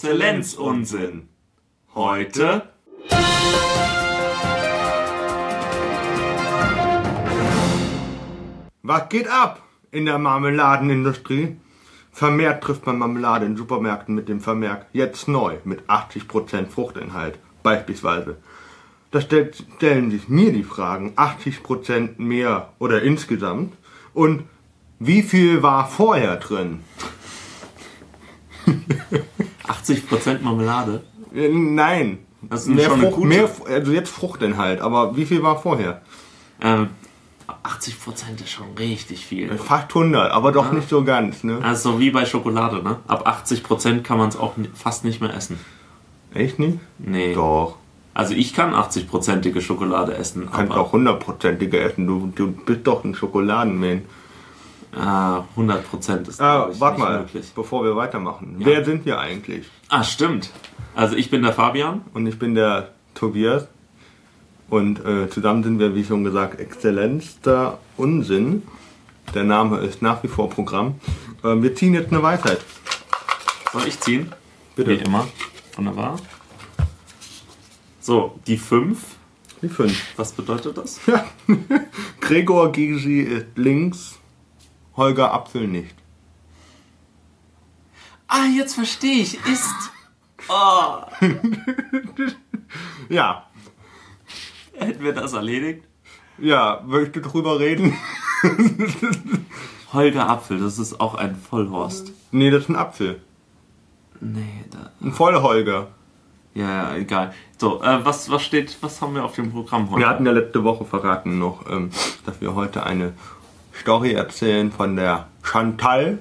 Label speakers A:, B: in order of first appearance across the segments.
A: Exzellenzunsinn. Heute
B: Was geht ab in der Marmeladenindustrie? Vermehrt trifft man Marmelade in Supermärkten mit dem Vermerk jetzt neu mit 80% Fruchtinhalt beispielsweise. Da stellt, stellen sich mir die Fragen 80% mehr oder insgesamt und wie viel war vorher drin?
A: 80% Marmelade.
B: Äh, Nein.
A: Das ist
B: Mehr
A: schon eine
B: Frucht,
A: gute.
B: mehr, also jetzt Fruchtinhalt, aber wie viel war vorher?
A: Ähm, 80% ist schon richtig viel.
B: Fast 100, aber doch nicht so ganz, ne?
A: Also wie bei Schokolade, ne? Ab 80% kann man es auch ni- fast nicht mehr essen.
B: Echt nicht?
A: Nee.
B: Doch.
A: Also ich kann 80%ige Schokolade essen.
B: kannst
A: aber,
B: auch hundertprozentige essen. Du, du bist doch ein Schokoladenman.
A: Ah, 100% ist
B: Ah,
A: glaub ich,
B: warte
A: nicht
B: mal,
A: möglich.
B: bevor wir weitermachen. Wer sind wir eigentlich?
A: Ah, stimmt. Also ich bin der Fabian.
B: Und ich bin der Tobias. Und äh, zusammen sind wir, wie schon gesagt, exzellentster Unsinn. Der Name ist nach wie vor Programm. Ähm, wir ziehen jetzt eine Weisheit.
A: Soll ich ziehen?
B: Bitte.
A: Wie immer. Wunderbar. So, die 5.
B: Die fünf.
A: Was bedeutet das?
B: Ja. Gregor Gysi ist links, Holger Apfel nicht.
A: Ah, jetzt verstehe ich. Ist.
B: Ja,
A: Hätten wir das erledigt?
B: ja, möchtest du drüber reden?
A: Holger Apfel, das ist auch ein Vollhorst.
B: nee, das ist ein Apfel.
A: Nee, da.
B: Ein Vollholger.
A: Ja, ja, egal. So, äh, was, was steht, was haben wir auf dem Programm heute?
B: Wir hatten ja letzte Woche verraten noch, ähm, dass wir heute eine Story erzählen von der Chantal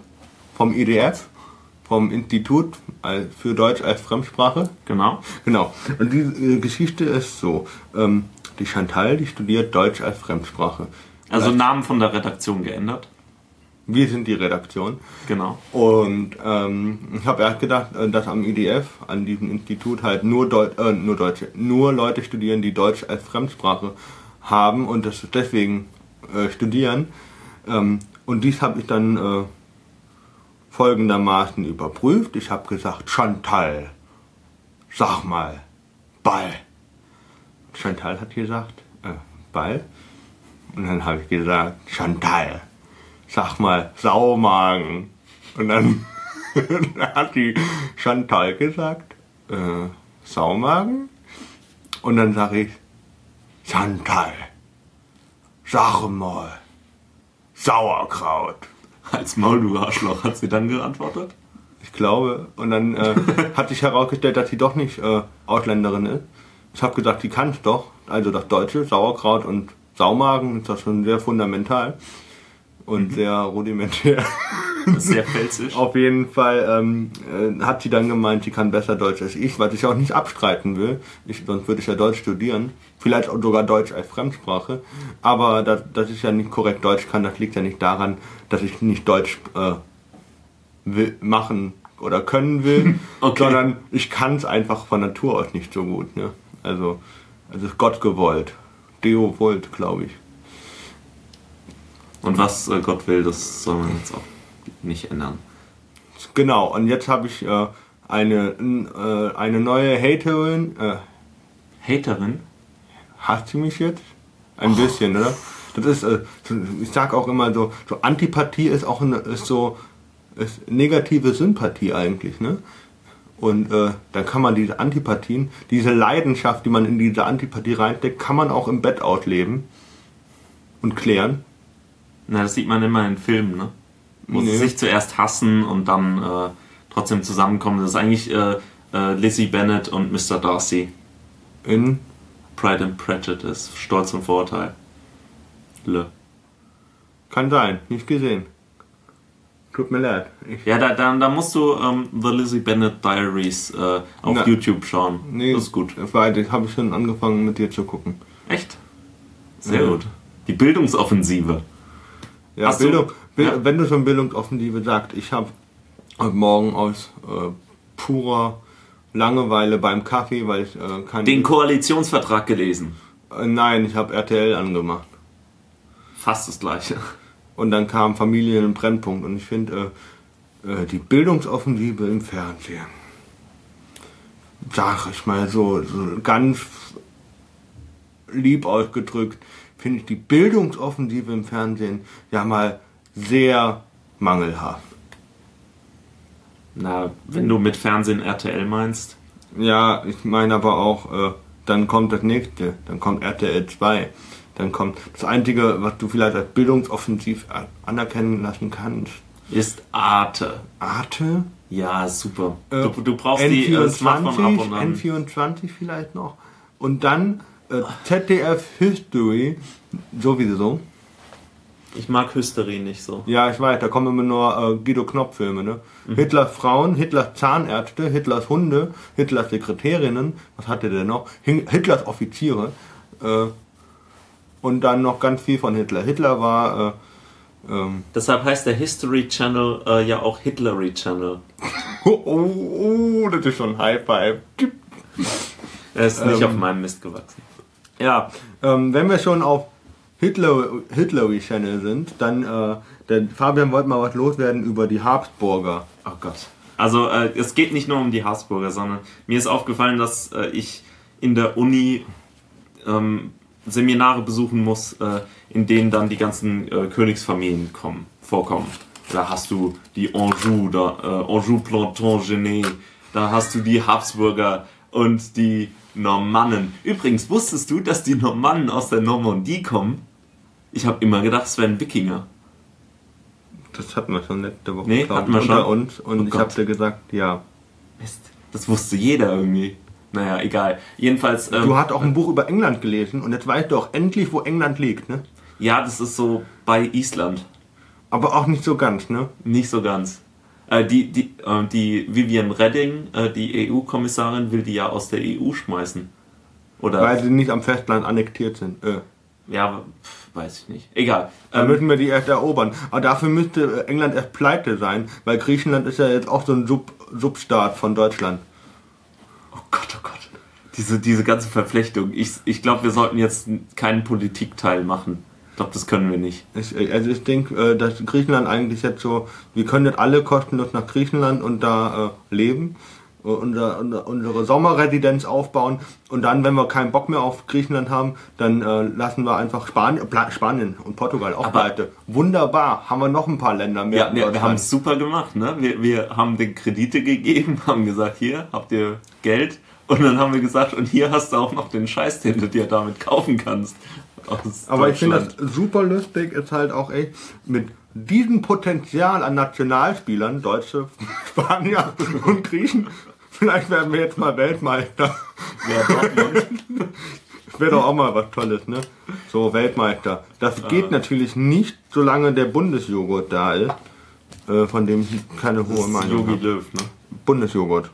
B: vom IDF, vom Institut als- für Deutsch als Fremdsprache.
A: Genau.
B: Genau. Und die äh, Geschichte ist so. Ähm, die Chantal, die studiert Deutsch als Fremdsprache.
A: Also Namen von der Redaktion geändert.
B: Wir sind die Redaktion.
A: Genau.
B: Und ähm, ich habe erst gedacht, äh, dass am IDF, an diesem Institut, halt nur, Deu äh, nur Deutsche, nur Leute studieren, die Deutsch als Fremdsprache haben und das deswegen äh, studieren. Ähm, und dies habe ich dann äh, folgendermaßen überprüft. Ich habe gesagt, Chantal, sag mal, Ball. Chantal hat gesagt, äh, Ball. Und dann habe ich gesagt, Chantal, sag mal, Saumagen. Und dann hat die Chantal gesagt, äh, Saumagen. Und dann sage ich, Chantal, sag mal, Sauerkraut.
A: Als Maul, du Arschloch, hat sie dann geantwortet.
B: Ich glaube. Und dann äh, hat sich herausgestellt, dass sie doch nicht äh, Ausländerin ist. Ich habe gedacht, die kann es doch. Also das Deutsche, Sauerkraut und Saumagen ist das schon sehr fundamental und sehr rudimentär.
A: Das ist sehr felsisch.
B: Auf jeden Fall ähm, äh, hat sie dann gemeint, sie kann besser Deutsch als ich, was ich auch nicht abstreiten will. Ich, sonst würde ich ja Deutsch studieren. Vielleicht auch sogar Deutsch als Fremdsprache. Aber das, dass ich ja nicht korrekt Deutsch kann, das liegt ja nicht daran, dass ich nicht Deutsch äh, will, machen oder können will,
A: Okay.
B: sondern ich kann es einfach von Natur aus nicht so gut. Ne? Also es ist Gott gewollt. Deo wollt, glaube ich.
A: Und was äh, Gott will, das soll man jetzt auch nicht ändern.
B: Genau, und jetzt habe ich äh, eine, n- äh, eine neue Haterin. Äh,
A: Haterin?
B: hasst sie mich jetzt? Ein bisschen, oder? Das ist, äh, so- ich sag auch immer so, so Antipathie ist auch eine, ist so ist negative Sympathie eigentlich, ne? Und äh, dann kann man diese Antipathien, diese Leidenschaft, die man in diese Antipathie reinsteckt, kann man auch im Bett ausleben und klären.
A: Na, das sieht man immer in Filmen, ne? Wo
B: Nee.
A: sie sich zuerst hassen und dann äh, trotzdem zusammenkommen. Das ist eigentlich äh, äh, Lizzie Bennett und Mr. Darcy.
B: In
A: Pride and Prejudice. Stolz und Vorurteil. Le.
B: kann sein, nicht gesehen. Tut mir leid. Ich,
A: Ja, da, da, da musst du ähm, The Lizzie Bennett Diaries äh, auf
B: Na.
A: YouTube schauen.
B: nee,
A: Das ist gut.
B: Weiter habe ich schon angefangen mit dir zu gucken.
A: Echt? Sehr
B: Ja.
A: gut. Die Bildungsoffensive.
B: Ja,
A: Ach so.
B: Bildung, Bild,
A: Ja.
B: wenn du schon Bildungsoffensive sagst, ich habe heute Morgen aus äh, purer Langeweile beim Kaffee, weil ich äh, keinen.
A: Den Koalitionsvertrag gelesen.
B: äh, nein, ich habe RTL angemacht.
A: Fast das gleiche.
B: Und dann kam Familien im Brennpunkt. Und ich finde, äh, äh, die Bildungsoffensive im Fernsehen sag ich mal so, so ganz lieb ausgedrückt, finde ich die Bildungsoffensive im Fernsehen ja mal sehr mangelhaft.
A: Na, wenn du mit Fernsehen RTL meinst.
B: Ja, ich meine aber auch, äh, dann kommt das nächste, dann kommt RTL 2, dann kommt das Einzige, was du vielleicht als bildungsoffensiv a- anerkennen lassen kannst,
A: Ist Arte.
B: Arte,
A: Ja, super.
B: äh,
A: du, du brauchst die äh, Smartphone-App und dann.
B: N24 vielleicht noch und dann äh, ZDF History sowieso.
A: Ich mag Hysterie nicht so.
B: Ja, ich weiß, da kommen immer nur äh, Guido Knopf-Filme, ne?
A: Mhm.
B: Hitlers Frauen, Hitlers Zahnärzte, Hitlers Hunde, Hitlers Sekretärinnen, was hatte der noch? Hin Hitlers Offiziere. Äh, und dann noch ganz viel von Hitler. Hitler war, äh, ähm,
A: Deshalb heißt der History Channel äh, ja auch Hitlery Channel.
B: oh, oh, oh, das ist schon High Five. Tipp.
A: Er ist nicht
B: Ähm.
A: auf meinem Mist gewachsen.
B: Ja, ähm, wenn wir schon auf Hitler, Hitlery Channel sind, dann, äh, denn Fabian wollte mal was loswerden über die Habsburger.
A: Oh Gott. Also äh, es geht nicht nur um die Habsburger, sondern mir ist aufgefallen, dass äh, ich in der Uni ähm, Seminare besuchen muss, äh, in denen dann die ganzen äh, Königsfamilien kommen, vorkommen. Da hast du die Anjou, da, äh, Anjou Plantagenet, da hast du die Habsburger und die Normannen. Übrigens, wusstest du, dass die Normannen aus der Normandie kommen? Ich habe immer gedacht, es wären Wikinger.
B: Das hatten wir schon letzte Woche,
A: Nee,
B: glaub
A: hatten wir
B: ich,
A: schon.
B: unter uns. Und
A: Oh
B: ich
A: Gott.
B: habe dir gesagt, ja.
A: Mist. Das wusste jeder irgendwie. Naja, egal. Jedenfalls, ähm,
B: Du hast auch ein Buch über England gelesen und jetzt weißt du auch endlich, wo England liegt, ne?
A: ja, das ist so bei Island.
B: Aber auch nicht so ganz, ne?
A: Nicht so ganz. Äh, die, die, äh, die Vivian Redding, äh, die EU-Kommissarin, will die ja aus der EU schmeißen. Oder?
B: Weil sie nicht am Festland annektiert sind. Äh.
A: ja, pf, weiß ich nicht. Egal.
B: Da
A: Ähm,
B: müssen wir die erst erobern. Aber dafür müsste äh, England erst pleite sein, weil Griechenland ist ja jetzt auch so ein Sub Substaat von Deutschland.
A: oh Gott, oh Gott. Diese, diese ganze Verflechtung. Ich, ich glaube, wir sollten jetzt keinen Politikteil machen. Ich glaube, das können wir nicht.
B: Ich, äh, also ich denke, äh, dass Griechenland eigentlich jetzt so, wir können jetzt alle kostenlos nach Griechenland und da äh, leben, äh, unser, unser, unsere Sommerresidenz aufbauen und dann, wenn wir keinen Bock mehr auf Griechenland haben, dann äh, lassen wir einfach Spanien, äh, Pla- Spanien und Portugal auch
A: Aber-
B: pleite. Wunderbar, haben wir noch ein paar Länder mehr.
A: Ja,
B: in
A: wir, wir
B: Deutschland.
A: haben es super gemacht, ne? Wir, wir haben den Kredite gegeben, haben gesagt, hier habt ihr Geld. Und dann haben wir gesagt, und hier hast du auch noch den Scheiß, den du dir damit kaufen kannst. aus
B: Aber ich finde
A: Deutschland.
B: das super lustig, ist halt auch echt mit diesem Potenzial an Nationalspielern, Deutsche, Spanier und Griechen, vielleicht werden wir jetzt mal Weltmeister.
A: Ja, ne? Dortmund.
B: Wäre doch auch mal was Tolles, ne? So, Weltmeister. Das geht natürlich nicht, solange der Bundesjoghurt da ist, äh, von dem ich keine hohe
A: Das ist
B: Meinung
A: Jogi
B: habe.
A: Löw, ne? Mhm.
B: Bundesjoghurt.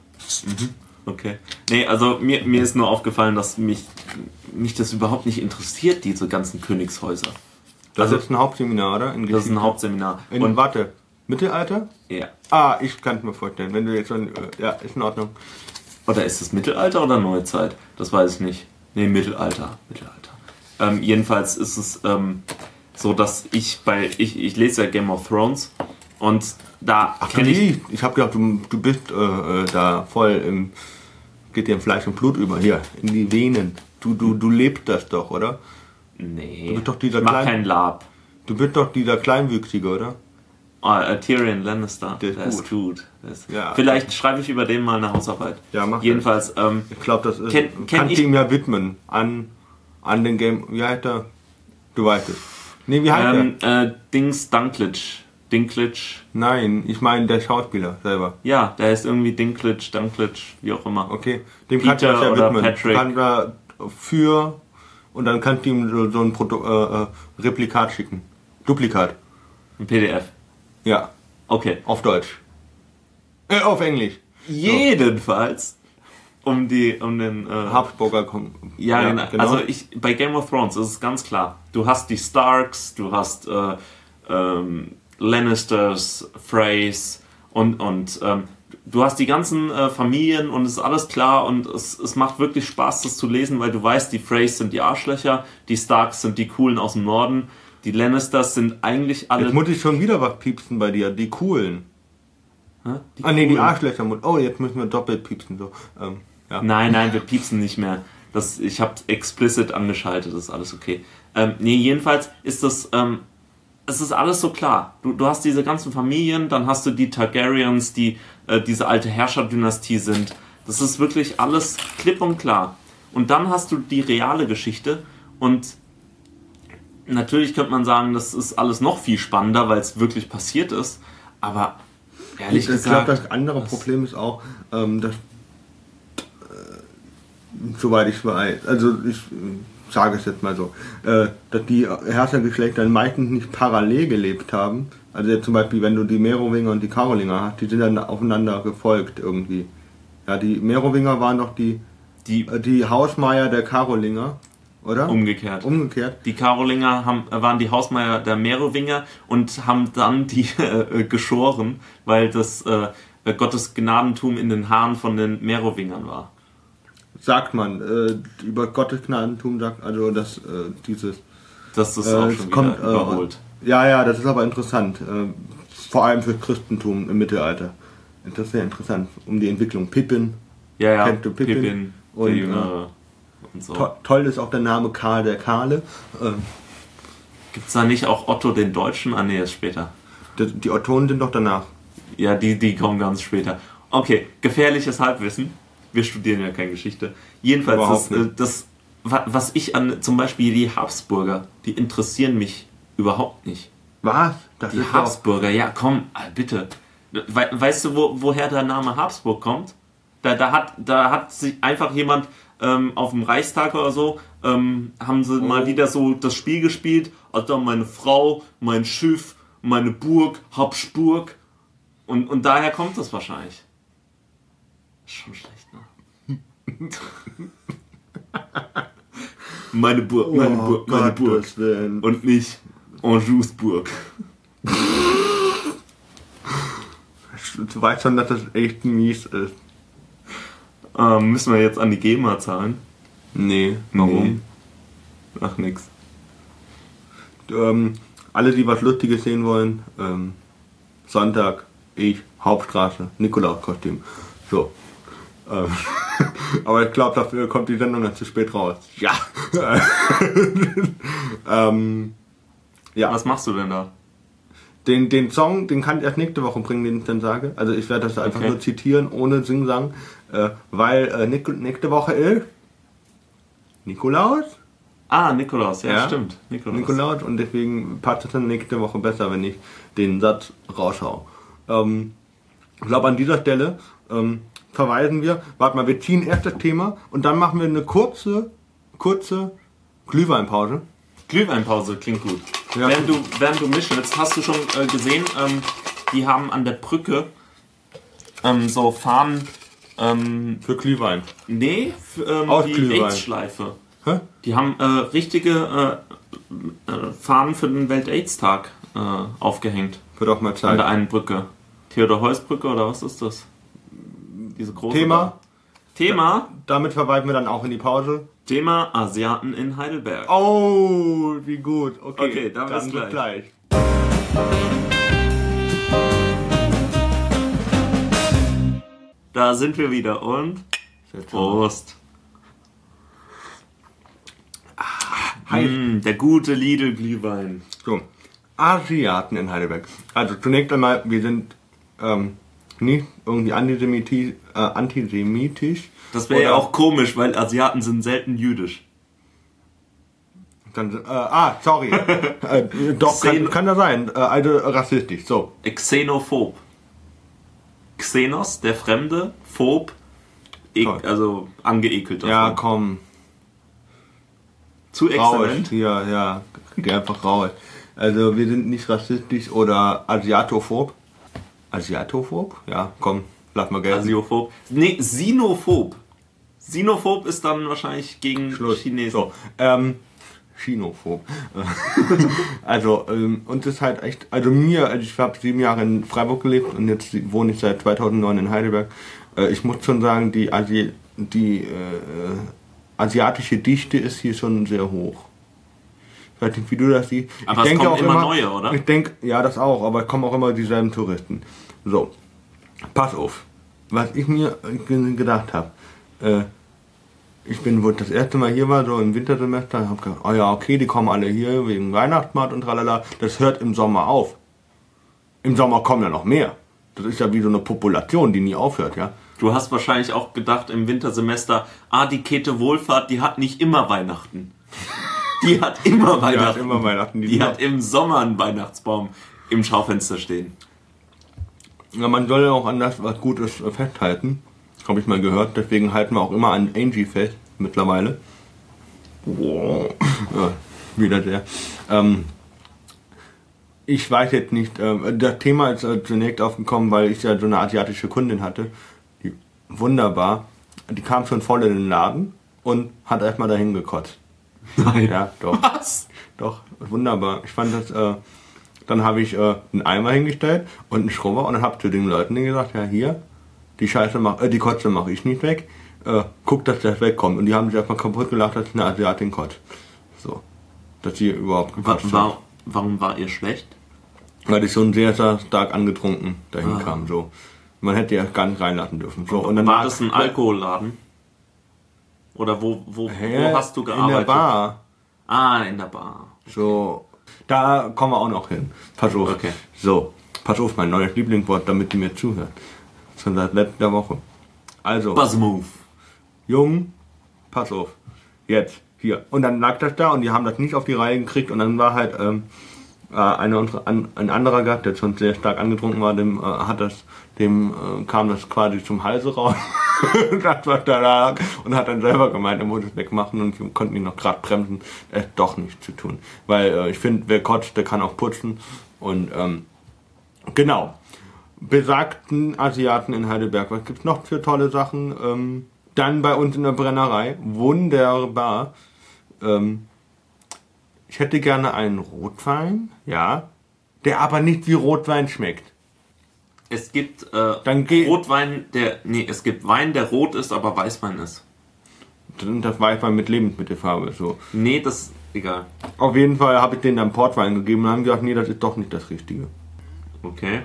A: Okay. Nee, also mir, mir ist nur aufgefallen, dass mich, mich das überhaupt nicht interessiert, diese ganzen Königshäuser.
B: Das
A: Also-
B: ist ein Hauptseminar, oder? In
A: Das ist ein
B: Geschichte.
A: Hauptseminar.
B: In
A: Und
B: Warte. Mittelalter?
A: ja.
B: Ah, ich kann es mir vorstellen. Wenn du jetzt schon. Äh, ja, ist in Ordnung.
A: Oder ist es Mittelalter oder Neuzeit? Das weiß ich nicht. Nee, Mittelalter. Mittelalter. Ähm, jedenfalls ist es ähm, so, dass ich bei. Ich, ich lese ja Game of Thrones und da kenne ich.
B: Nee, ich habe gedacht, du, du bist äh, äh, da voll im. Geht dir im Fleisch und Blut über. Hier, in die Venen. Du, du, du lebst das doch, oder?
A: Nee.
B: bist doch dieser
A: ich mach
B: kleine-
A: keinen Lab.
B: Du bist doch dieser Kleinwüchsige, oder?
A: Ah, äh, Tyrion Lannister. Der
B: Der
A: ist
B: ist
A: gut. Der ist
B: Ja.
A: Vielleicht schreibe ich über den mal eine Hausarbeit.
B: Ja, mach das.
A: Jedenfalls, ähm,
B: Ich glaube, das ist.
A: Kenn- kenn
B: kannst
A: ich-
B: du ihm ja widmen. An, an den Game. Wie heißt er? Du weißt es. Nee, wie heißt er?
A: ähm, äh, Dings Dunklitsch. Dinklitsch.
B: Nein, ich meine der Schauspieler selber.
A: Ja, der heißt irgendwie Dinklitsch, Dunklitsch, wie auch immer.
B: Okay. Dem
A: Peter
B: kannst du das ja
A: oder
B: widmen.
A: Patrick.
B: Du kannst da für. Und dann kannst du ihm so, so ein Proto, äh, äh, Replikat schicken. Duplikat.
A: Ein PDF.
B: Ja.
A: Okay.
B: Auf Deutsch. Äh, auf Englisch.
A: Jedenfalls um die um den äh,
B: Habsburger Kong.
A: ja, genau. Also ich bei Game of Thrones ist es ganz klar. Du hast die Starks, du hast äh, ähm, Lannisters, Freys und und ähm, du hast die ganzen äh, Familien und es ist alles klar und es, es macht wirklich Spaß das zu lesen, weil du weißt, die Freys sind die Arschlöcher, die Starks sind die coolen aus dem Norden, die Lannisters sind eigentlich alle
B: jetzt muss ich schon wieder was piepsen bei dir. Die coolen.
A: Hä? Die
B: ah, nee, die
A: Coolen.
B: Arschlöcher. muss- Oh, jetzt müssen wir doppelt piepsen. So. Ähm, Ja.
A: Nein, nein, wir piepsen nicht mehr. Das, ich habe explicit angeschaltet, das ist alles okay. Ähm, nee, jedenfalls ist das, ähm, es ist alles so klar. Du, du hast diese ganzen Familien, dann hast du die Targaryens, die äh, diese alte Herrscherdynastie sind. Das ist wirklich alles klipp und klar. Und dann hast du die reale Geschichte und natürlich könnte man sagen, das ist alles noch viel spannender, weil es wirklich passiert ist. Aber ehrlich
B: Ich
A: gesagt,
B: glaube, das andere Problem ist auch, ähm, dass, äh, soweit ich weiß, also ich äh, sage es jetzt mal so, äh, dass die Herrschergeschlechter meistens nicht parallel gelebt haben. Also jetzt zum Beispiel, wenn du die Merowinger und die Karolinger hast, die sind dann aufeinander gefolgt irgendwie. Ja, die Merowinger waren doch die,
A: die
B: äh, die Hausmeier der Karolinger, oder?
A: umgekehrt.
B: Umgekehrt.
A: Die Karolinger haben, waren die Hausmeier der Merowinger und haben dann die äh, äh, geschoren, weil das äh, äh, Gottes Gnadentum in den Haaren von den Merowingern war.
B: Sagt man, äh, über Gottes Gnadentum sagt, also dass äh, dieses
A: Das ist
B: Äh,
A: auch
B: es
A: schon
B: kommt,
A: wieder überholt.
B: Äh, ja, ja, das ist aber interessant. Äh, vor allem für Christentum im Mittelalter. Das ist sehr interessant. Um die Entwicklung. Pippin.
A: ja, ja,
B: kennt du Pippin
A: Pippin,
B: und,
A: der
B: äh,
A: Jüngere und so.
B: To toll ist auch der Name Karl der Kahle. Äh,
A: Gibt's da nicht auch Otto den Deutschen? Ah, nee, ist später.
B: das, die Ottonen sind doch danach.
A: Ja, die, die kommen ganz später. Okay, gefährliches Halbwissen. Wir studieren ja keine Geschichte. Jedenfalls, das,
B: Überhaupt
A: äh,
B: nicht.
A: das, wa- was ich an, zum Beispiel die Habsburger, die interessieren mich überhaupt nicht.
B: Was? Das
A: Die
B: ist doch,
A: Habsburger, ja, komm, ah, bitte. We weißt du, wo, woher der Name Habsburg kommt? Da, da, hat, da hat sich einfach jemand ähm, auf dem Reichstag oder so, ähm, haben sie
B: Oh.
A: mal wieder so das Spiel gespielt. Also meine Frau, mein Schiff, meine Burg, Habsburg. Und, und daher kommt das wahrscheinlich. Ist schon schlecht, ne? meine Burg, meine
B: oh,
A: Burg, meine Burg
B: Gottes Willen.
A: und nicht Anjousburg.
B: Du weißt schon, dass das echt mies ist.
A: Ähm, müssen wir jetzt an die GEMA zahlen?
B: Nee.
A: Nee. Ach nix.
B: Ähm, alle, die was Lustiges sehen wollen, ähm, Sonntag, ich, Hauptstraße, Nikolaus-Kostüm. So. Ähm, aber ich glaube, dafür kommt die Sendung dann zu spät raus. Ja. ähm, ja,
A: Was machst du denn da?
B: den, den Song, den kann ich erst nächste Woche bringen, den ich dann sage. Also ich werde das einfach
A: Okay.
B: nur zitieren, ohne Singsang, äh, weil äh, Nik nächste Woche ist Nikolaus?
A: Ah, Nikolaus, ja,
B: Ja?
A: stimmt. Nikolaus.
B: Nikolaus und deswegen passt es dann nächste Woche besser, wenn ich den Satz raushau. Ähm, ich glaube, an dieser Stelle ähm, verweisen wir, warte mal, wir ziehen erst das Thema und dann machen wir eine kurze, kurze Glühweinpause.
A: Glühweinpause klingt gut.
B: Ja.
A: Während, du, während du mischelst, hast du schon äh, gesehen, ähm, die haben an der Brücke ähm, so Fahnen, ähm,
B: Für Glühwein.
A: nee, f- ähm,
B: Aus
A: die
B: Glühwein.
A: AIDS-Schleife.
B: Hä?
A: Die haben äh, richtige äh, äh, Fahnen für den Welt-AIDS-Tag äh, aufgehängt.
B: Wird auch mal
A: An der
B: Zeit.
A: einen Brücke. Theodor-Heuss-Brücke oder was ist das? Diese große
B: Thema,
A: Thema,
B: damit verweisen wir dann auch in die Pause.
A: Thema Asiaten in Heidelberg.
B: Oh, wie gut. Okay,
A: Okay, dann bis gleich. Da sind wir wieder und Prost.
B: Heiß.
A: Mm, der gute Lidl-Glühwein.
B: So, Asiaten in Heidelberg. Also zunächst einmal, wir sind ähm, nicht irgendwie antisemiti äh, antisemitisch.
A: Das wäre ja
B: Oder-
A: auch komisch, weil Asiaten sind selten jüdisch.
B: Dann, äh, ah, sorry. äh, doch, kann,
A: Xen-
B: kann das sein. Äh, also rassistisch. So,
A: Xenophob. Xenos, der Fremde, Phob, e
B: Toll.
A: also angeekelt.
B: ja,
A: davon.
B: komm.
A: Zu
B: Raus.
A: exzellent.
B: Ja, ja. Geh einfach raus. Also wir sind nicht rassistisch oder asiatophob. Asiatophob? Ja, komm. Lass mal gelten.
A: Asiophob. Nee, Sinophob. Sinophob ist dann wahrscheinlich gegen
B: Schluss.
A: Chinesen.
B: So, ähm, Chinophob. also, ähm, und das ist halt echt, also mir, also ich habe sieben Jahre in Freiburg gelebt und jetzt wohne ich seit 2009 in Heidelberg. Äh, ich muss schon sagen, die, Asi die äh, asiatische Dichte ist hier schon sehr hoch. Ich weiß nicht, wie du das siehst.
A: Aber
B: ich
A: es kommen immer neue, oder?
B: Ich denke, ja, das auch, aber es kommen auch immer dieselben Touristen. So, pass auf. Was ich mir äh, gedacht habe, äh, ich bin, wo ich das erste Mal hier war, so im Wintersemester, habe gedacht, oh ja, okay, die kommen alle hier wegen Weihnachtsmarkt und tralala. Das hört im Sommer auf. Im Sommer kommen ja noch mehr. Das ist ja wie so eine Population, die nie aufhört, ja.
A: Du hast wahrscheinlich auch gedacht im Wintersemester, ah, die Käthe Wohlfahrt, die hat nicht immer Weihnachten. Die hat immer
B: Die
A: Weihnachten.
B: hat immer Weihnachten.
A: Die hat im Sommer einen Weihnachtsbaum im Schaufenster stehen.
B: ja, man soll ja auch an das, was gut ist, äh, festhalten. Habe ich mal gehört. Deswegen halten wir auch immer an Angie fest mittlerweile. ja, wieder der. Ähm, ich weiß jetzt nicht, ähm, das Thema ist äh, zunächst aufgekommen, weil ich ja so eine asiatische Kundin hatte. Die, wunderbar. Die kam schon voll in den Laden und hat erstmal dahin gekotzt.
A: Nein.
B: Ja, doch.
A: Was?
B: Doch, wunderbar. Ich fand das, äh, dann habe ich äh, einen Eimer hingestellt und einen Schrubber und dann habe ich zu den Leuten gesagt, ja hier, die Scheiße mach, äh, die Kotze mache ich nicht weg, äh, guck, dass das wegkommt. Und die haben sich erstmal kaputt gelacht, dass eine Asiatin kotzt. So. Dass sie überhaupt
A: Wa
B: gekotzt hat.
A: wa warum war ihr schlecht?
B: Weil ich schon sehr, sehr stark angetrunken dahin kam, so. Man hätte ja gar nicht reinlassen dürfen. So, und dann
A: Ah. War das ein Alkoholladen? Oder wo, wo,
B: Hä?
A: wo hast du
B: In
A: gearbeitet?
B: der Bar.
A: Ah, in der Bar.
B: So, da kommen wir auch noch hin. Pass auf.
A: Okay.
B: So, pass auf, mein neues Lieblingswort, damit die mir zuhört. Schon seit letzter Woche. Also,
A: Buzz Move.
B: Jung, pass auf. Jetzt, hier. Und dann lag das da und die haben das nicht auf die Reihe gekriegt und dann war halt ähm, äh, eine, unserer- an, ein anderer Gast, der schon sehr stark angetrunken war, dem äh, hat das, dem äh, kam das quasi zum Halse raus. das was da lag und hat dann selber gemeint, er muss es wegmachen und wir konnten ihn noch gerade bremsen. Das ist doch nichts zu tun. Weil äh, ich finde, wer kotzt, der kann auch putzen. Und ähm, genau. Besagten Asiaten in Heidelberg. Was gibt's noch für tolle Sachen? Ähm, dann bei uns in der Brennerei. Wunderbar. Ähm, ich hätte gerne einen Rotwein, ja, der aber nicht wie Rotwein schmeckt.
A: Es gibt äh,
B: Dann geh-
A: Rotwein, der. Nee, es gibt Wein, der rot ist, aber Weißwein ist.
B: Und das Weißwein mit Lebensmittelfarbe. So.
A: Nee, das. Egal.
B: Auf jeden Fall habe ich denen dann Portwein gegeben und haben gesagt, nee, das ist doch nicht das Richtige.
A: Okay.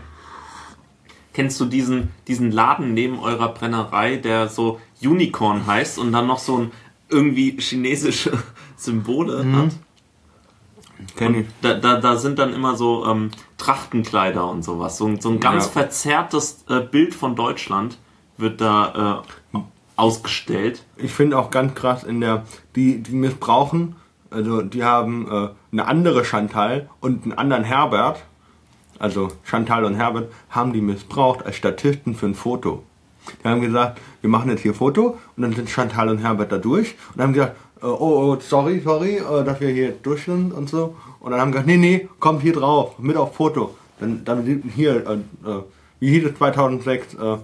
A: Kennst du diesen, diesen Laden neben eurer Brennerei, der so Unicorn heißt und dann noch so ein irgendwie chinesische Symbole hat?
B: Kenn ich.
A: Da, da, da sind dann immer so ähm, Trachtenkleider und sowas. So, ein- so ein ganz
B: Ja.
A: verzerrtes äh, Bild von Deutschland wird da äh, ausgestellt.
B: ich finde auch ganz krass in der, die, die missbrauchen, also die haben äh, eine andere Chantal und einen anderen Herbert, also Chantal und Herbert, haben die missbraucht als Statisten für ein Foto. Die haben gesagt, wir machen jetzt hier Foto und dann sind Chantal und Herbert da durch und haben gesagt, äh, oh, oh, sorry, sorry, äh, dass wir hier durch sind und so. Und dann haben gesagt, nee, nee, kommt hier drauf, mit auf Foto. Dann, dann sieht man hier, äh, äh, wie hieß es 2006, äh,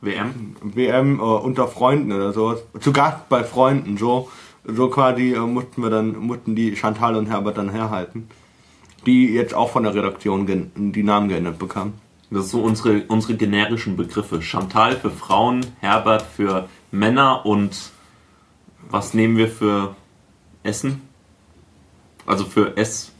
A: WM.
B: WM äh, unter Freunden oder so. Zu Gast bei Freunden, so. So quasi äh, mussten wir dann, mussten die Chantal und Herbert dann herhalten. Die jetzt auch von der Redaktion gen- die Namen geändert bekamen.
A: Das sind so unsere, unsere generischen Begriffe. Chantal für Frauen, Herbert für Männer und was nehmen wir für Essen? Also für S.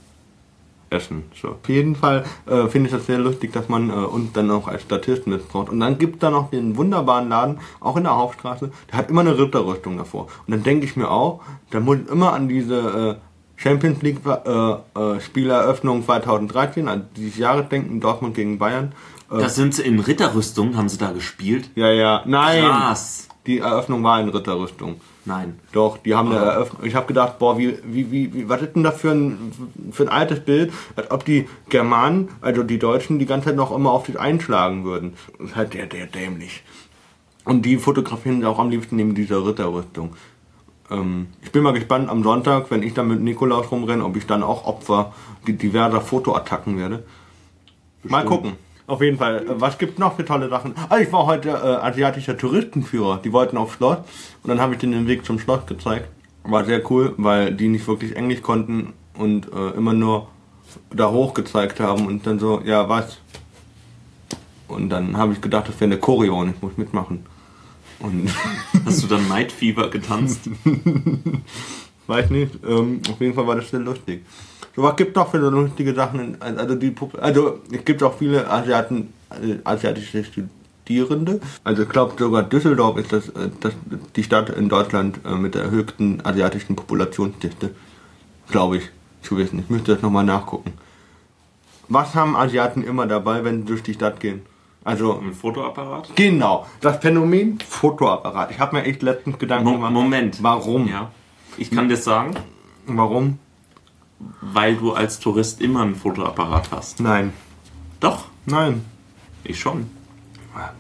B: Essen. So. Auf jeden Fall äh, finde ich das sehr lustig, dass man äh, uns dann auch als Statisten missbraucht. Und dann gibt es da noch den wunderbaren Laden, auch in der Hauptstraße, der hat immer eine Ritterrüstung davor. Und dann denke ich mir auch, da muss ich immer an diese äh, Champions League äh, äh, Spieleröffnung 2013, also dieses Jahres denken, Dortmund gegen Bayern. Äh,
A: Da sind sie in Ritterrüstung, haben sie da gespielt.
B: ja, ja, nein!
A: Krass.
B: Die Eröffnung war in Ritterrüstung.
A: Nein.
B: Doch, die haben eine Eröffnung. Ich habe gedacht, boah, wie, wie, wie, wie, was ist denn da für ein, für ein altes Bild, als ob die Germanen, also die Deutschen, die ganze Zeit noch immer auf dich einschlagen würden. Das ist halt der, der dämlich. Und die fotografieren auch am liebsten neben dieser Ritterrüstung. Ähm, ich bin mal gespannt am Sonntag, wenn ich dann mit Nikolaus rumrenne, ob ich dann auch Opfer di- diverser Fotoattacken werde. Mal gucken. Auf jeden Fall. Äh, Was gibt's noch für tolle Sachen? Ah, ich war heute äh, asiatischer Touristenführer. Die wollten aufs Schloss und dann habe ich denen den Weg zum Schloss gezeigt. War sehr cool, weil die nicht wirklich Englisch konnten und äh, immer nur da hoch gezeigt haben und dann so, ja, was? Und dann habe ich gedacht, das wäre eine Choreo und ich muss mitmachen. Und
A: Hast du dann Night Fever getanzt?
B: Weiß nicht. Ähm, auf jeden Fall war das sehr lustig. So, was gibt noch für so also, lustige Sachen? In, also die Puppe, also es gibt auch viele Asiaten, äh, asiatische Stu- Studierende. Also ich glaube sogar Düsseldorf ist das, äh, das, die Stadt in Deutschland äh, mit der höchsten asiatischen Populationsdichte, glaube ich, zu wissen. Ich müsste das nochmal nachgucken. Was haben Asiaten immer dabei, wenn sie durch die Stadt gehen? Also,
A: Ein Fotoapparat?
B: genau, das Phänomen Fotoapparat. Ich habe mir echt letztens Gedanken
A: Mo
B: gemacht.
A: Moment.
B: Warum?
A: Ja. Ich kann dir sagen,
B: Warum?
A: weil du als Tourist immer einen Fotoapparat hast.
B: Nein.
A: Doch,
B: Nein.
A: ich schon.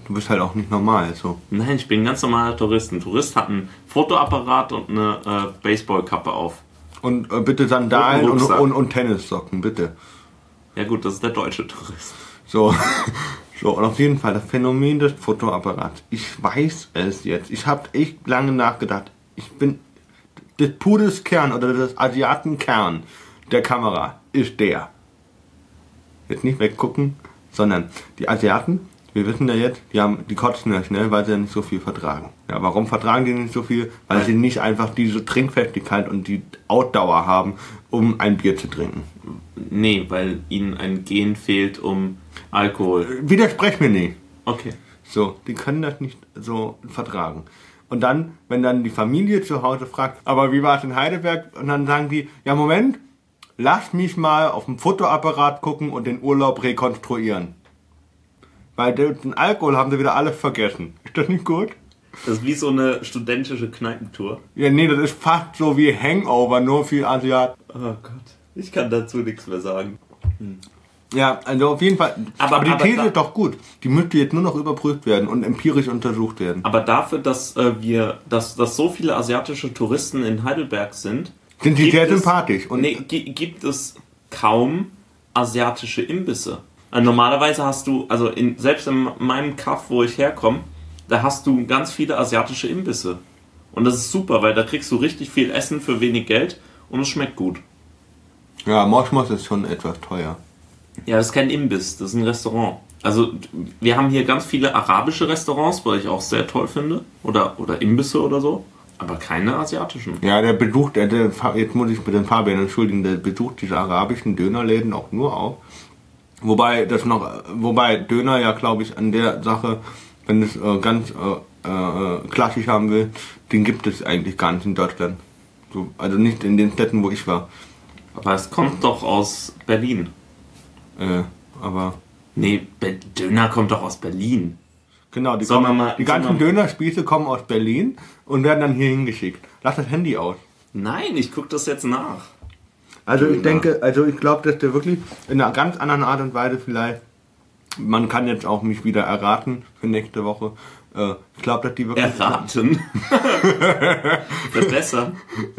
B: Du bist halt auch nicht normal, so.
A: Nein, ich bin ein ganz normaler Tourist. Ein Tourist hat einen Fotoapparat und eine äh, Baseballkappe auf.
B: Und äh, bitte Sandalen
A: Und
B: und,
A: Rucksack.
B: und, und Tennissocken, bitte.
A: Ja gut, das ist der deutsche Tourist.
B: So. So, und auf jeden Fall das Phänomen des Fotoapparats. Ich weiß es jetzt. Ich habe echt lange nachgedacht. Ich bin. Das Pudelskern oder das Asiatenkern der Kamera ist der. Jetzt nicht weggucken, sondern die Asiaten, wir wissen ja jetzt, die, haben, die kotzen ja schnell, weil sie ja nicht so viel vertragen. Ja, warum vertragen die nicht so viel? Weil sie nicht einfach diese Trinkfestigkeit und die Outdauer haben, um ein Bier zu trinken.
A: Nee, weil ihnen ein Gen fehlt, um Alkohol.
B: Widersprech mir nicht.
A: Okay.
B: So, die können das nicht so vertragen. Und dann, wenn dann die Familie zu Hause fragt, aber wie war es in Heidelberg? Und dann sagen die, ja Moment, lass mich mal auf dem Fotoapparat gucken und den Urlaub rekonstruieren. Weil den Alkohol haben sie wieder alles vergessen. Ist das nicht gut?
A: Das ist wie so eine studentische Kneipentour.
B: Ja, nee, das ist fast so wie Hangover, nur für Asiaten.
A: Oh Gott. Ich kann dazu nichts mehr sagen.
B: Ja, also auf jeden Fall.
A: Aber-
B: Aber, die
A: aber da-
B: These ist doch gut. Die müsste jetzt nur noch überprüft werden und empirisch untersucht werden.
A: Aber dafür, dass äh, wir, dass, dass so viele asiatische Touristen in Heidelberg sind,
B: Sind die
A: gibt
B: sehr
A: es-
B: sympathisch und-
A: nee, gi- gibt es kaum asiatische Imbisse. Äh, normalerweise hast du, also in, selbst in meinem Kaff, wo ich herkomme, da hast du ganz viele asiatische Imbisse. Und das ist super, weil da kriegst du richtig viel Essen für wenig Geld und es schmeckt gut.
B: Ja, Moschmos ist schon etwas teuer.
A: Ja, das ist kein Imbiss, das ist ein Restaurant. Also wir haben hier ganz viele arabische Restaurants, weil ich auch sehr toll finde. Oder, oder Imbisse oder so. Aber keine asiatischen.
B: Ja, der besucht, äh, der, Fa- jetzt muss ich mit den Fabian entschuldigen, der besucht diese arabischen Dönerläden auch nur auf. Wobei das noch, äh, wobei Döner ja, glaube ich, an der Sache, wenn es äh, ganz äh, äh, klassisch haben will, den gibt es eigentlich gar nicht in Deutschland. So, also nicht in den Städten, wo ich war.
A: Aber es kommt doch aus Berlin.
B: Äh, aber
A: Nee, Be Döner kommt doch aus Berlin.
B: genau, die,
A: Sollen wir
B: kommen,
A: mal-
B: die ganzen
A: sollen wir-
B: Dönerspieße kommen aus Berlin und werden dann hier hingeschickt. Lass das Handy aus.
A: Nein, ich guck das jetzt nach.
B: Also ich
A: Döner.
B: denke, also ich glaube, dass der wirklich in einer ganz anderen Art und Weise vielleicht, man kann jetzt auch mich wieder erraten für nächste Woche. Äh, ich glaube, dass die wirklich,
A: Erraten. Verbessern.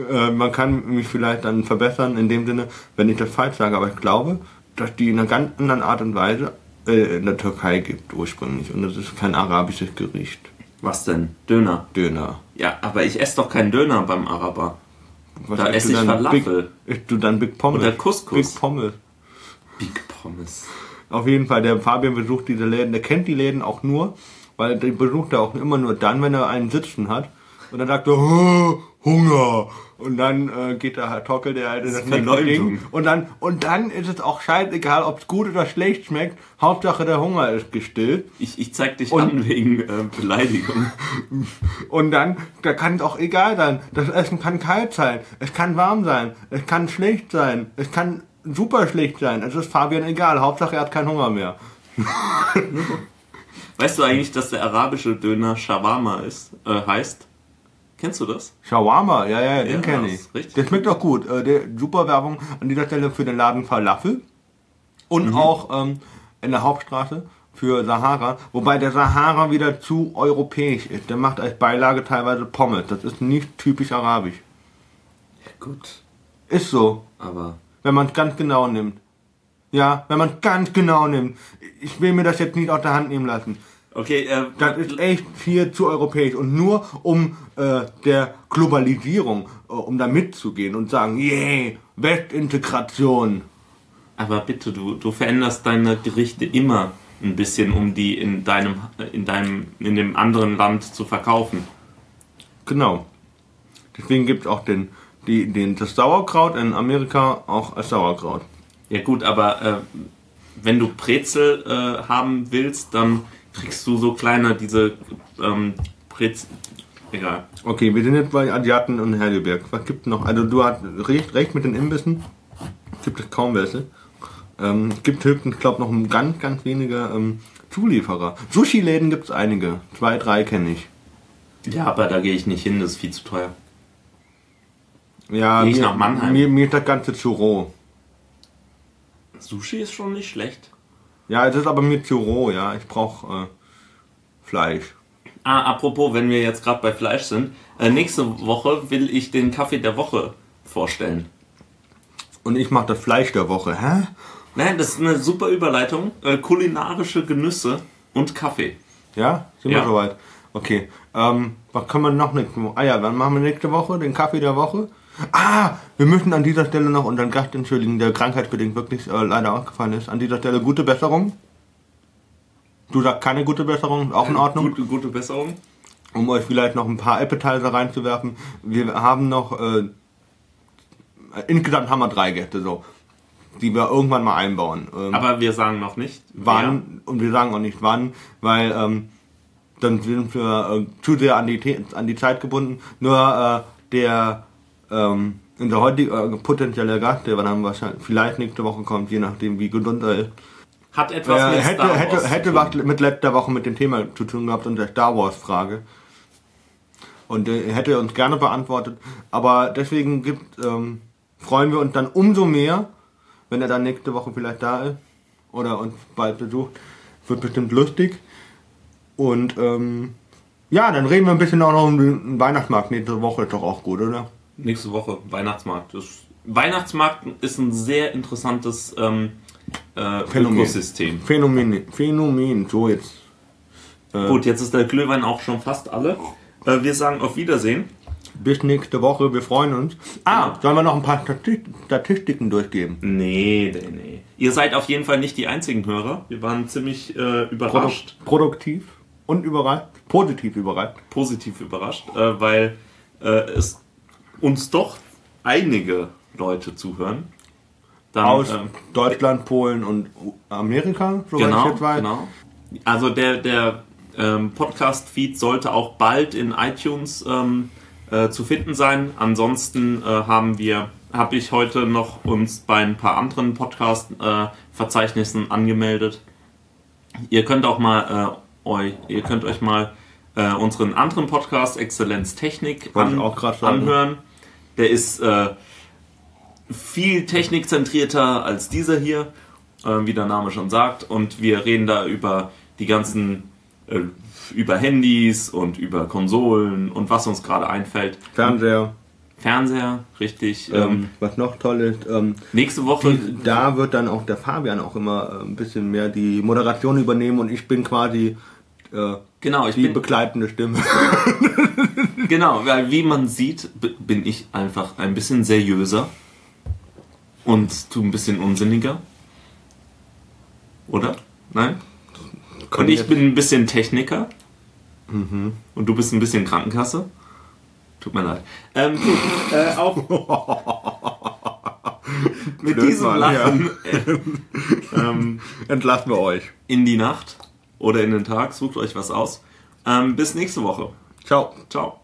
B: äh, man kann mich vielleicht dann verbessern in dem Sinne, wenn ich das falsch sage, aber ich glaube, dass die in einer ganz anderen Art und Weise äh, in der Türkei gibt ursprünglich und das ist kein arabisches Gericht.
A: Was denn? Döner.
B: Döner.
A: Ja, aber ich esse doch keinen Döner beim Araber.
B: Was
A: Da
B: isst
A: esse
B: du
A: ich
B: dann?
A: Falafel.
B: Big, isst du dann Big Pommes?
A: Oder Couscous.
B: Big Pommes.
A: Big Pommes.
B: Auf jeden Fall, der Fabian besucht diese Läden, der kennt die Läden auch nur, weil die besucht er auch immer nur dann, wenn er einen sitzen hat. Und dann sagt er, "Hä, Hunger. Und dann äh, geht der Herr Tockel, der halt in das nächste
A: Verleumdung.
B: Ding. Und dann, und dann ist es auch scheißegal, ob es gut oder schlecht schmeckt. Hauptsache der Hunger ist gestillt.
A: Ich, ich zeig dich
B: Und-
A: an wegen äh, Beleidigung.
B: Und dann, da kann es auch egal sein. Das Essen kann kalt sein, es kann warm sein, es kann schlecht sein, es kann super schlecht sein. Es ist Fabian egal, Hauptsache er hat keinen Hunger mehr.
A: Weißt du eigentlich, dass der arabische Döner Shawarma ist, äh, heißt? Kennst du das?
B: Shawarma, ja, ja, den
A: Ja,
B: kenne
A: das
B: ich.
A: ist richtig.
B: Der schmeckt auch gut. Äh, der, super Werbung an dieser Stelle für den Laden Falafel. Und
A: Mhm.
B: auch ähm, in der Hauptstraße für Sahara. Wobei der Sahara wieder zu europäisch ist. Der macht als Beilage teilweise Pommes. Das ist nicht typisch arabisch.
A: Ja, gut.
B: Ist so,
A: Aber
B: wenn man es ganz genau nimmt. Ja, wenn man es ganz genau nimmt. Ich will mir das jetzt nicht aus der Hand nehmen lassen.
A: okay, äh,
B: Das
A: l-
B: ist echt viel zu europäisch und nur um äh, der Globalisierung, äh, um da mitzugehen und sagen, yeah, Westintegration.
A: aber bitte, du, du veränderst deine Gerichte immer ein bisschen, um die in deinem in deinem in dem anderen Land zu verkaufen.
B: Genau. Deswegen gibt es auch den, die, den, das Sauerkraut in Amerika auch als Sauerkraut.
A: Ja gut, aber äh, wenn du Brezel äh, haben willst, dann kriegst du so kleine, diese ähm, Prez Egal.
B: Okay, wir sind jetzt bei Adiaten und Heidelberg. Was gibt noch? Also du hast recht, recht mit den Imbissen. Gibt es kaum welche. Ähm, gibt höchstens, glaube noch ganz, ganz wenige ähm, Zulieferer. Sushi-Läden gibt es einige. Zwei, drei kenne ich.
A: Ja, aber da gehe ich nicht hin, das ist viel zu teuer.
B: Ja,
A: Geh ich
B: mir,
A: nach Mannheim?
B: Mir, mir ist das Ganze zu roh.
A: Sushi ist schon nicht schlecht.
B: Ja, es ist aber mir zu roh, ja. Ich brauche äh, Fleisch.
A: Ah, apropos, wenn wir jetzt gerade bei Fleisch sind, äh, nächste Woche will ich den Kaffee der Woche vorstellen.
B: Und ich mache das Fleisch der Woche. Hä?
A: Nein, das ist eine super Überleitung. Äh, kulinarische Genüsse und Kaffee.
B: Ja? Sind
A: Ja.
B: wir soweit? Okay. Ähm, was können wir noch nächste Woche? Ah ja, wann machen wir nächste Woche? Den Kaffee der Woche? Ah, wir müssen an dieser Stelle noch unseren Gast entschuldigen, der krankheitsbedingt wirklich äh, leider ausgefallen ist. An dieser Stelle gute Besserung. Du sagst keine gute Besserung, auch in
A: Äh,
B: Ordnung.
A: Gute, gute Besserung.
B: Um euch vielleicht noch ein paar Appetizer reinzuwerfen. Wir haben noch, äh, insgesamt haben wir drei Gäste, so. Die wir irgendwann mal einbauen. Ähm,
A: Aber wir sagen noch nicht. wer.
B: wann und wir sagen auch nicht wann, weil ähm, dann sind wir äh, zu sehr an die, The- an die Zeit gebunden. Nur äh, der ähm, unser heutiger äh, potenzieller Gast, der dann wahrscheinlich vielleicht nächste Woche kommt, je nachdem wie gesund er ist,
A: Hat etwas
B: äh,
A: mit
B: hätte,
A: Star Wars
B: hätte,
A: zu
B: hätte
A: tun.
B: was mit letzter Woche mit dem Thema zu tun gehabt und der Star Wars Frage. Und äh, hätte uns gerne beantwortet. Aber deswegen gibt, ähm, freuen wir uns dann umso mehr, wenn er dann nächste Woche vielleicht da ist oder uns bald besucht. Wird bestimmt lustig. Und ähm, ja, dann reden wir ein bisschen auch noch um den Weihnachtsmarkt. Nächste Woche ist doch auch gut, oder?
A: Nächste Woche, Weihnachtsmarkt. Das Weihnachtsmarkt ist ein sehr interessantes ähm, äh,
B: Phänomen.
A: Ökosystem.
B: Phänomen, Phänomen, so jetzt.
A: Äh, Gut, jetzt ist der Glühwein auch schon fast alle. Äh, wir sagen auf Wiedersehen.
B: Bis nächste Woche, wir freuen uns. Ah,
A: Genau.
B: sollen wir noch ein paar Stati- Statistiken durchgeben?
A: Nee, nee, nee. Ihr seid auf jeden Fall nicht die einzigen Hörer. Wir waren ziemlich äh, überrascht,
B: Produk- produktiv und überrascht, positiv überrascht.
A: positiv überrascht, äh, weil äh, es uns doch einige Leute zuhören. Dann,
B: Aus
A: ähm,
B: Deutschland, Polen und U- Amerika, soweit ich
A: genau,
B: jetzt weiß.
A: genau. Also der, der ähm, Podcast-Feed sollte auch bald in iTunes ähm, äh, zu finden sein. Ansonsten äh, haben wir, habe ich heute noch uns bei ein paar anderen Podcast-Verzeichnissen angemeldet. Ihr könnt auch mal äh, euch, ihr könnt euch mal äh, unseren anderen Podcast Exzellenz Technik
B: Wollte ich auch grad sagen.
A: anhören. Der ist äh, viel technikzentrierter als dieser hier, äh, wie der Name schon sagt. Und wir reden da über die ganzen, äh, über Handys und über Konsolen und was uns gerade einfällt.
B: Fernseher,
A: Fernseher, richtig.
B: ähm,
A: Ähm,
B: was noch toll ist, ähm,
A: nächste Woche.
B: da wird dann auch der Fabian auch immer äh, ein bisschen mehr die Moderation übernehmen und ich bin quasi äh,
A: Genau, ich
B: die
A: bin,
B: begleitende Stimme.
A: Genau, weil wie man sieht, b- bin ich einfach ein bisschen seriöser und tu ein bisschen unsinniger. Oder? Nein? Und ich bin ein bisschen Techniker. Und du bist ein bisschen Krankenkasse. Tut mir leid. Ähm, gut, äh, auch mit
B: Blöd
A: diesem
B: mal,
A: Lachen äh, ähm,
B: Entlassen wir euch.
A: in die Nacht oder in den Tag, sucht euch was aus. Ähm, bis nächste Woche.
B: Ciao.
A: Ciao.